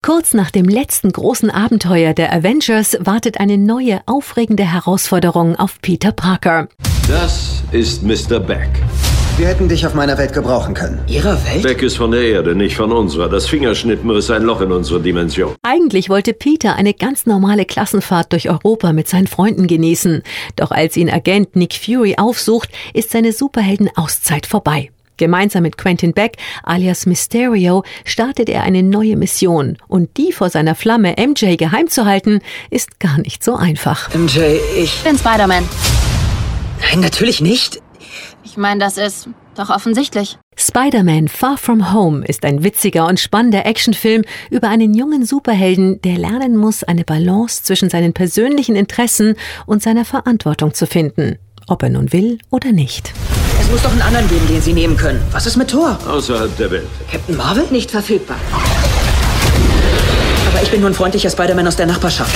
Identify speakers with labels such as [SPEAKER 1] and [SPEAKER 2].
[SPEAKER 1] Kurz nach dem letzten großen Abenteuer der Avengers wartet eine neue, aufregende Herausforderung auf Peter Parker.
[SPEAKER 2] Das ist Mr. Beck.
[SPEAKER 3] Wir hätten dich auf meiner Welt gebrauchen können.
[SPEAKER 4] Ihrer Welt?
[SPEAKER 2] Beck ist von der Erde, nicht von unserer. Das Fingerschnippen riss ein Loch in unsere Dimension.
[SPEAKER 1] Eigentlich wollte Peter eine ganz normale Klassenfahrt durch Europa mit seinen Freunden genießen. Doch als ihn Agent Nick Fury aufsucht, ist seine Superhelden-Auszeit vorbei. Gemeinsam mit Quentin Beck alias Mysterio startet er eine neue Mission. Und die vor seiner Flamme MJ geheim zu halten, ist gar nicht so einfach.
[SPEAKER 4] MJ, ich.
[SPEAKER 5] Ich bin Spider-Man.
[SPEAKER 4] Nein, natürlich nicht.
[SPEAKER 5] Ich meine, das ist doch offensichtlich.
[SPEAKER 1] Spider-Man Far From Home ist ein witziger und spannender Actionfilm über einen jungen Superhelden, der lernen muss, eine Balance zwischen seinen persönlichen Interessen und seiner Verantwortung zu finden. Ob er nun will oder nicht.
[SPEAKER 4] Es muss doch einen anderen geben, den Sie nehmen können. Was ist mit Thor?
[SPEAKER 2] Außerhalb der Welt.
[SPEAKER 4] Captain Marvel?
[SPEAKER 6] Nicht verfügbar.
[SPEAKER 4] Aber ich bin nur ein freundlicher Spider-Man aus der Nachbarschaft.